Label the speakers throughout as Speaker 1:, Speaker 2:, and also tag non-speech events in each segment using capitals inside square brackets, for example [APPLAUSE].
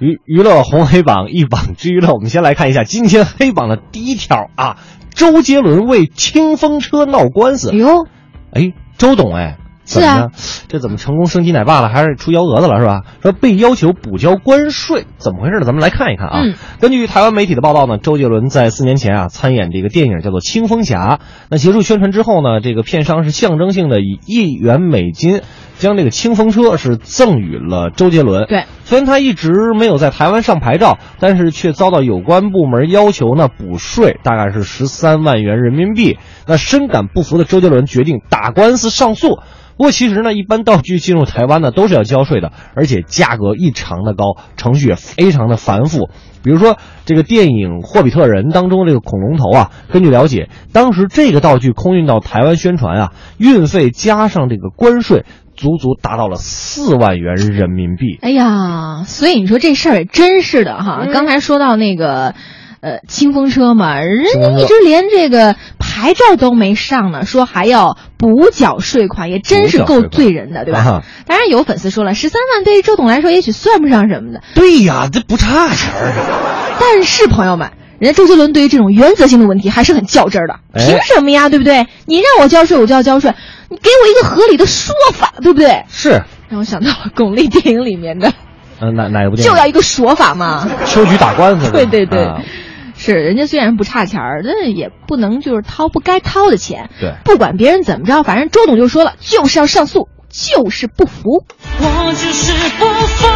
Speaker 1: 娱娱乐红黑榜一榜之娱乐，我们先来看一下今天黑榜的第一条啊，周杰伦为清风车闹官司
Speaker 2: 哎。呦，
Speaker 1: 哎，周董哎，怎么呢？这怎么成功升级奶爸了，还是出幺蛾子了是吧？说被要求补交关税，怎么回事呢？咱们来看一看啊。
Speaker 2: 嗯
Speaker 1: 根据台湾媒体的报道呢，周杰伦在四年前啊参演这个电影叫做《清风侠》，那结束宣传之后呢，这个片商是象征性的以一元美金。将这个清风车是赠予了周杰伦。
Speaker 2: 对，
Speaker 1: 虽然他一直没有在台湾上牌照，但是却遭到有关部门要求呢补税，大概是十三万元人民币。那深感不服的周杰伦决定打官司上诉。不过其实呢，一般道具进入台湾呢都是要交税的，而且价格异常的高，程序也非常的繁复。比如说这个电影《霍比特人》当中这个恐龙头啊，根据了解，当时这个道具空运到台湾宣传啊，运费加上这个关税，足足达到了四万元人民币。
Speaker 2: 哎呀，所以你说这事儿也真是的哈。刚才说到那个，呃，清风车嘛，人
Speaker 1: 清风
Speaker 2: 家
Speaker 1: 车
Speaker 2: 一直连这个牌照都没上呢，说还要补缴税款，也真是够醉人的，对吧？
Speaker 1: 啊
Speaker 2: 当然有粉丝说了，十三万对于周董来说也许算不上什么的，
Speaker 1: 对呀，这不差钱儿啊！
Speaker 2: 但是朋友们，人家周杰伦对于这种原则性的问题还是很较真儿的。
Speaker 1: 哎
Speaker 2: 凭什么呀？对不对？你让我交税，我就要交税，你给我一个合理的说法，对不对？
Speaker 1: 是，
Speaker 2: 让我想到了巩俐电影里面的，
Speaker 1: 呃，哪哪部电影？
Speaker 2: 就要一个说法嘛。
Speaker 1: [LAUGHS] 秋菊打官司。
Speaker 2: 对对对，
Speaker 1: 啊
Speaker 2: 是人家虽然不差钱儿，但也不能就是掏不该掏的钱。
Speaker 1: 对
Speaker 2: 不管别人怎么着，反正周董就说了，就是要上诉，就是不服。
Speaker 3: 我就是不服，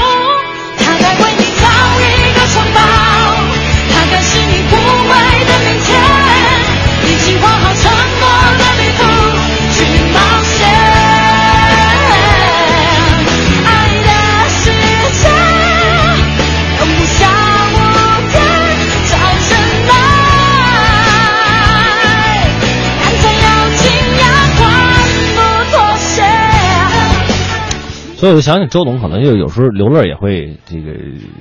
Speaker 3: 他该为你造一个城堡，他该是你不会的明天，一起画好沉默的地图去冒险。爱的世界容不下我的超人爱，爱才要挺阳光不妥协。
Speaker 1: 所以我就想起周董，可能就有时候流泪也会这个，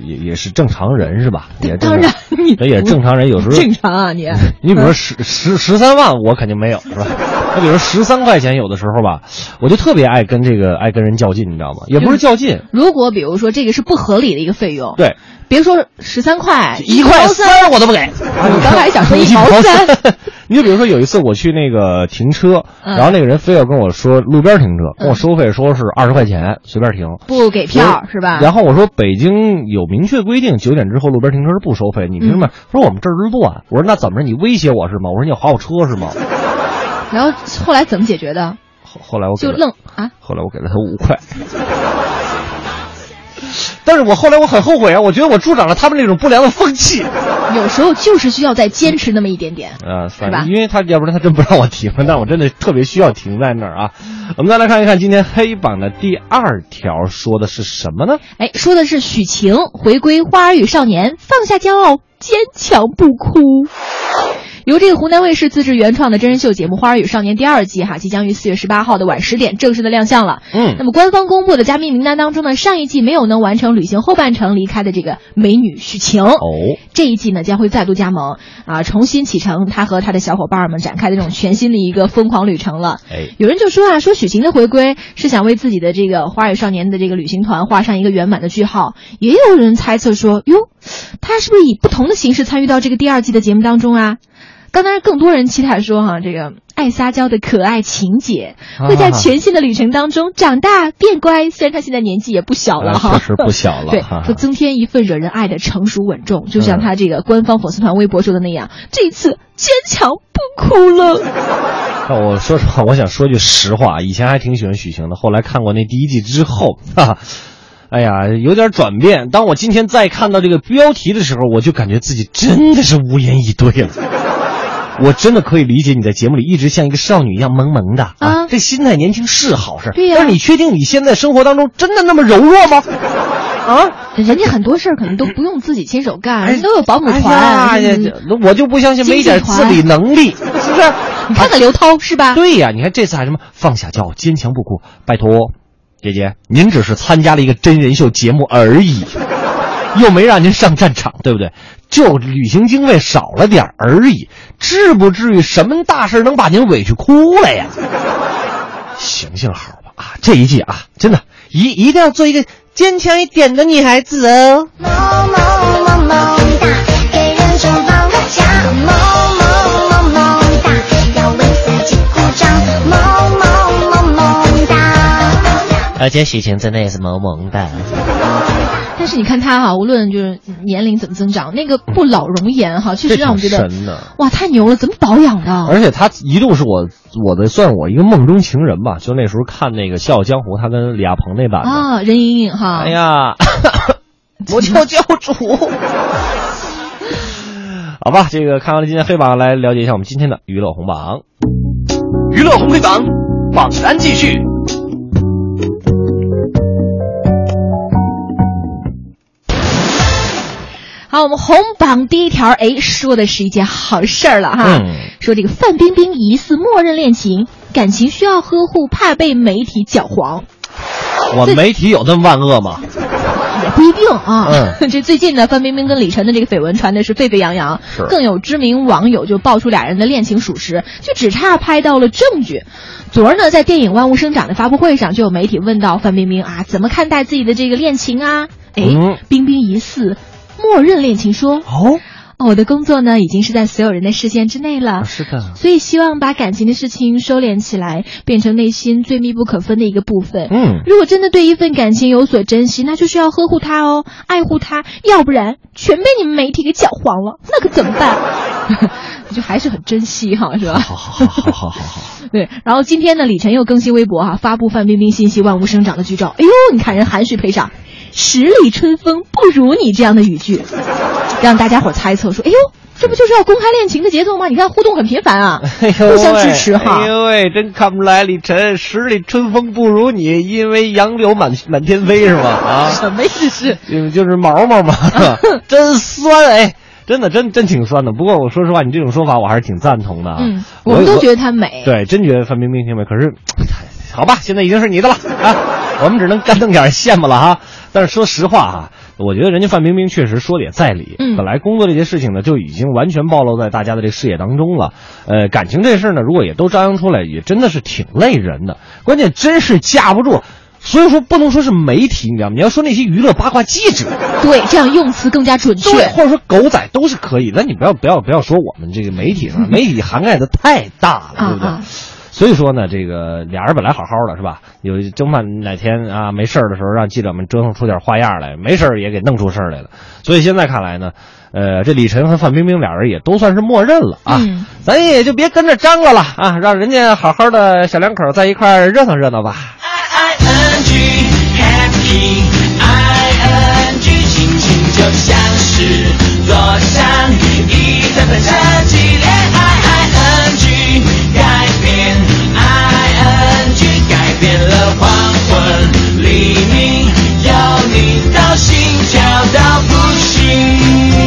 Speaker 1: 也也是正常人是吧？也正
Speaker 2: 当然，你
Speaker 1: 对也是正常人，有时候
Speaker 2: 正常啊你。
Speaker 1: [LAUGHS] 你比如说十十十三万，我肯定没有，是吧？ [LAUGHS] 那比如十三块钱，有的时候吧，我就特别爱跟这个爱跟人较劲，你知道吗？也不是较劲，
Speaker 2: 如果比如说这个是不合理的一个费用，，
Speaker 1: 对，
Speaker 2: 别说十三块，
Speaker 1: 一块
Speaker 2: 毛
Speaker 1: 三我都不给。
Speaker 2: 我刚才
Speaker 1: [LAUGHS]
Speaker 2: 想说一毛三，
Speaker 1: 三。你就比如说有一次我去那个停车，
Speaker 2: 嗯
Speaker 1: 然后那个人非要跟我说路边停车，跟我
Speaker 2: 嗯
Speaker 1: 收费说是二十块钱，随便停。
Speaker 2: 不给票是吧？
Speaker 1: 然后我说北京有明确规定，九点之后路边停车是不收费，你凭什么？
Speaker 2: 嗯
Speaker 1: 他说我们这儿乱。我说那怎么着？你威胁我是吗？我说你要划我车是吗？
Speaker 2: 然后后来怎么解决的？
Speaker 1: 后后来我给
Speaker 2: 就
Speaker 1: 了
Speaker 2: 愣啊，
Speaker 1: 后来我给了他五块。 [LAUGHS] 但是我后来我很后悔啊，我觉得我助长了他们那种不良的风气。
Speaker 2: 有时候就是需要再坚持那么一点点。
Speaker 1: 啊，反
Speaker 2: 吧嗯
Speaker 1: 正因为他要不然他真不让我停，但我真的特别需要停在那儿啊。我们再来看一看今天黑榜的第二条说的是什么呢？
Speaker 2: 哎，说的是许晴回归《花儿与少年》，放下骄傲，坚强不哭。由这个湖南卫视自制原创的真人秀节目《花儿与少年》第二季哈，即将于四月十八号的晚十点正式的亮相了。
Speaker 1: 嗯
Speaker 2: 那么官方公布的嘉宾名单当中呢，上一季没有能完成旅行后半程离开的这个美女许晴，
Speaker 1: 哦，
Speaker 2: 这一季呢将会再度加盟啊，重新启程，她和她的小伙伴们展开这种全新的一个疯狂旅程了。
Speaker 1: 哎，
Speaker 2: 有人就说啊，说许晴的回归是想为自己的这个《花儿与少年》的这个旅行团画上一个圆满的句号。也有人猜测说，哟，她是不是以不同的形式参与到这个第二季的节目当中啊？当然，更多人期待说哈、这个爱撒娇的可爱晴姐
Speaker 1: 啊
Speaker 2: 会在全新的旅程当中长大变乖。虽然她现在年纪也不小了哈、
Speaker 1: 啊确实不小了
Speaker 2: [LAUGHS] 对
Speaker 1: 哈哈，
Speaker 2: 说增添一份惹人爱的成熟稳重，就像
Speaker 1: 嗯
Speaker 2: 她这个官方粉丝团微博说的那样，这次坚强不哭了。
Speaker 1: 那呃我说实话，我想说句实话，以前还挺喜欢许晴的，后来看过那第一季之后， [LAUGHS] 哈哈，哎呀，有点转变。当我今天再看到这个标题的时候，我就感觉自己真的是无言以对了。 [LAUGHS] 我真的可以理解你在节目里一直像一个少女一样萌萌的
Speaker 2: 啊
Speaker 1: 这心态年轻是好事。
Speaker 2: 对呀
Speaker 1: 但是你确定你现在生活当中真的那么柔弱吗？啊，
Speaker 2: 人家很多事儿可能都不用自己亲手干，
Speaker 1: 哎
Speaker 2: 人家都有保姆团。
Speaker 1: 哎呀
Speaker 2: 嗯
Speaker 1: 呀，我就不相信没一点自理能力，是不是？
Speaker 2: 你看看刘涛是吧？
Speaker 1: 对呀，你看这次还什么放下骄傲，坚强不哭，拜托，姐姐，您只是参加了一个真人秀节目而已，又没让您上战场，对不对？就旅行经费少了点儿而已，至不至于什么大事能把您委屈哭了呀？行行好吧啊，这一季啊，真的，一一定要做一个坚强一点的女孩子哦。
Speaker 4: 么么么么哒，给人生放个假。么么么么哒，要为自己鼓掌。么么么么哒。
Speaker 1: 而且许晴真的也是萌萌的。
Speaker 2: 但是你看她哈、无论就是年龄怎么增长，那个不老容颜哈、确实
Speaker 1: 这
Speaker 2: 让我们觉
Speaker 1: 挺
Speaker 2: 得
Speaker 1: 神的哎
Speaker 2: 哇，太牛了，怎么保养的？
Speaker 1: 而且他一度是我我的算我一个梦中情人吧，就那时候看那个《笑傲江湖》，他跟李亚鹏那版的。
Speaker 2: 啊，任盈盈哈，[LAUGHS]
Speaker 1: 哎呀，我叫教主。 [LAUGHS] 好吧，这个看完了今天黑榜，来了解一下我们今天的娱乐红榜。
Speaker 5: 娱乐红黑榜榜单继续。
Speaker 2: 好，我们红榜第一条，哎，说的是一件好事儿了哈。
Speaker 1: 嗯
Speaker 2: 说这个范冰冰疑似默认恋情，感情需要呵护，怕被媒体搅黄，
Speaker 1: 我媒体有那么万恶吗？
Speaker 2: 也不一定啊。[LAUGHS]
Speaker 1: 嗯
Speaker 2: 这最近呢，范冰冰跟李晨的这个绯闻传的是沸沸扬扬
Speaker 1: 是，
Speaker 2: 更有知名网友就爆出俩人的恋情属实，就只差拍到了证据。昨儿呢，在电影《万物生长》的发布会上，就有媒体问到范冰冰啊，怎么看待自己的这个恋情啊？哎，
Speaker 1: 嗯
Speaker 2: 冰冰疑似默认恋情说。
Speaker 1: 哦，
Speaker 2: 哦我的工作呢，已经是在所有人的视线之内了，
Speaker 1: 啊是的，
Speaker 2: 所以希望把感情的事情收敛起来，变成内心最密不可分的一个部分。
Speaker 1: 嗯，
Speaker 2: 如果真的对一份感情有所珍惜，那就是要呵护它哦，爱护它，要不然全被你们媒体给搅黄了，那可怎么办？ [LAUGHS] 就还是很珍惜哈、是吧？
Speaker 1: 好好好好好好好，
Speaker 2: [LAUGHS] 对，然后今天呢，李晨又更新微博哈、发布范冰冰信息万物生长的剧照。哎呦，你看人含蓄赔上“十里春风不如你”这样的语句，让大家伙儿猜测说，哎呦，这不就是要公开恋情的节奏吗？你看互动很频繁
Speaker 1: [LAUGHS]
Speaker 2: 啊，互相支持哈。
Speaker 1: 哎呦喂，真看不出来，李晨十里春风不如你，因为杨柳满满天飞是吧？啊，
Speaker 2: 什么意思？
Speaker 1: 就就是毛毛
Speaker 2: [LAUGHS]
Speaker 1: 嘛， [LAUGHS] 真酸哎，真的真真挺酸的。不过我说实话，你这种说法我还是挺赞同的啊。
Speaker 2: 嗯，我们都觉得她美。
Speaker 1: 对，真觉得范冰冰挺美。可是，好吧，现在已经是你的了啊，我们只能干瞪眼羡慕了哈。但是说实话啊，我觉得人家范冰冰确实说的也在理。
Speaker 2: 嗯
Speaker 1: 本来工作这些事情呢，就已经完全暴露在大家的这视野当中了。呃，感情这事儿呢，如果也都张扬出来，也真的是挺累人的。关键真是架不住。所以说，不能说是媒体，你知道吗？你要说那些娱乐八卦记者，
Speaker 2: 对这样用词更加准确。
Speaker 1: 对，或者说狗仔都是可以，但你不要不要不要说我们这个媒
Speaker 2: [LAUGHS]
Speaker 1: 体上，媒体涵盖的太大了，对不对？
Speaker 2: 啊啊
Speaker 1: 所以说呢，这个俩人本来好好的是吧？有争盼哪天啊没事儿的时候，让记者们折腾出点花样来，没事儿也给弄出事儿来了。所以现在看来呢，呃，这李晨和范冰冰俩人也都算是默认了啊，
Speaker 2: 嗯
Speaker 1: 咱也就别跟着张罗了啊，让人家好好的小两口在一块儿热闹热闹吧。
Speaker 5: I N G happy I N G，心情就像是座上一台喷射机，恋爱 I N G 改变 I N G 改变了黄昏黎明，有你到心跳到不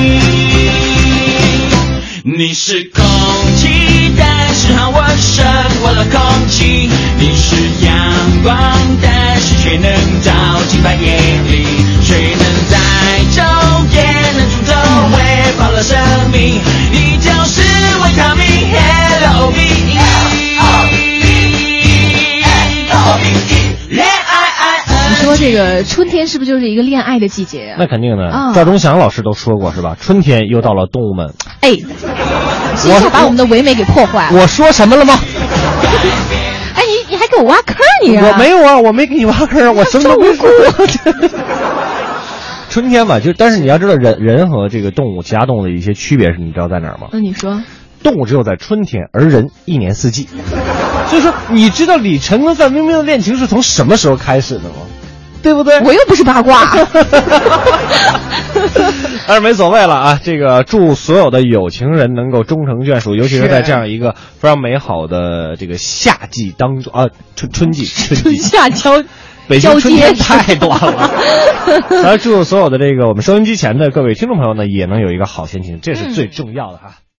Speaker 5: 行。你是空气，但是和我胜过了空气；你是阳光，但是却能照进半夜里，谁能在昼夜能出走，喂饱了生命。你就是维他命 L O V E L O V E，恋爱 I N
Speaker 2: 你说这个春天是不是就是一个恋爱的季节啊？
Speaker 1: 那肯定的，
Speaker 2: 啊
Speaker 1: 赵忠祥老师都说过是吧？春天又到了动物们，
Speaker 2: 哎，谁下把我们的唯美给破坏了？
Speaker 1: 我说什么了吗？
Speaker 2: 哎，你你还给我挖坑儿你、啊？
Speaker 1: 我没有啊，我没给你挖坑儿，我什么 [LAUGHS] 都没说。 [LAUGHS] 春天嘛，就但是你要知道人，人和这个动物、其他动物的一些区别是，你知道在哪儿吗？
Speaker 2: 那你
Speaker 1: [LAUGHS]
Speaker 2: 说，
Speaker 1: 动物只有在春天，而人一年四季。 [LAUGHS] 所以说，你知道李晨跟范冰冰的恋情是从什么时候开始的吗？对不对？
Speaker 2: 我又不是八卦。[LAUGHS]
Speaker 1: [LAUGHS] 但是没所谓了啊！这个祝所有的有情人能够终成眷属，尤其是在这样一个非常美好的这个夏季当中啊，春春 [LAUGHS] 季春
Speaker 2: 春
Speaker 1: 季
Speaker 2: 夏交
Speaker 1: 北京
Speaker 2: 交
Speaker 1: 春
Speaker 2: 接
Speaker 1: 天太短 [LAUGHS]
Speaker 2: [LAUGHS]
Speaker 1: 了。当然，祝所有的这个我们收音机前的各位听众朋友呢，也能有一个好心情，这是最重要的哈、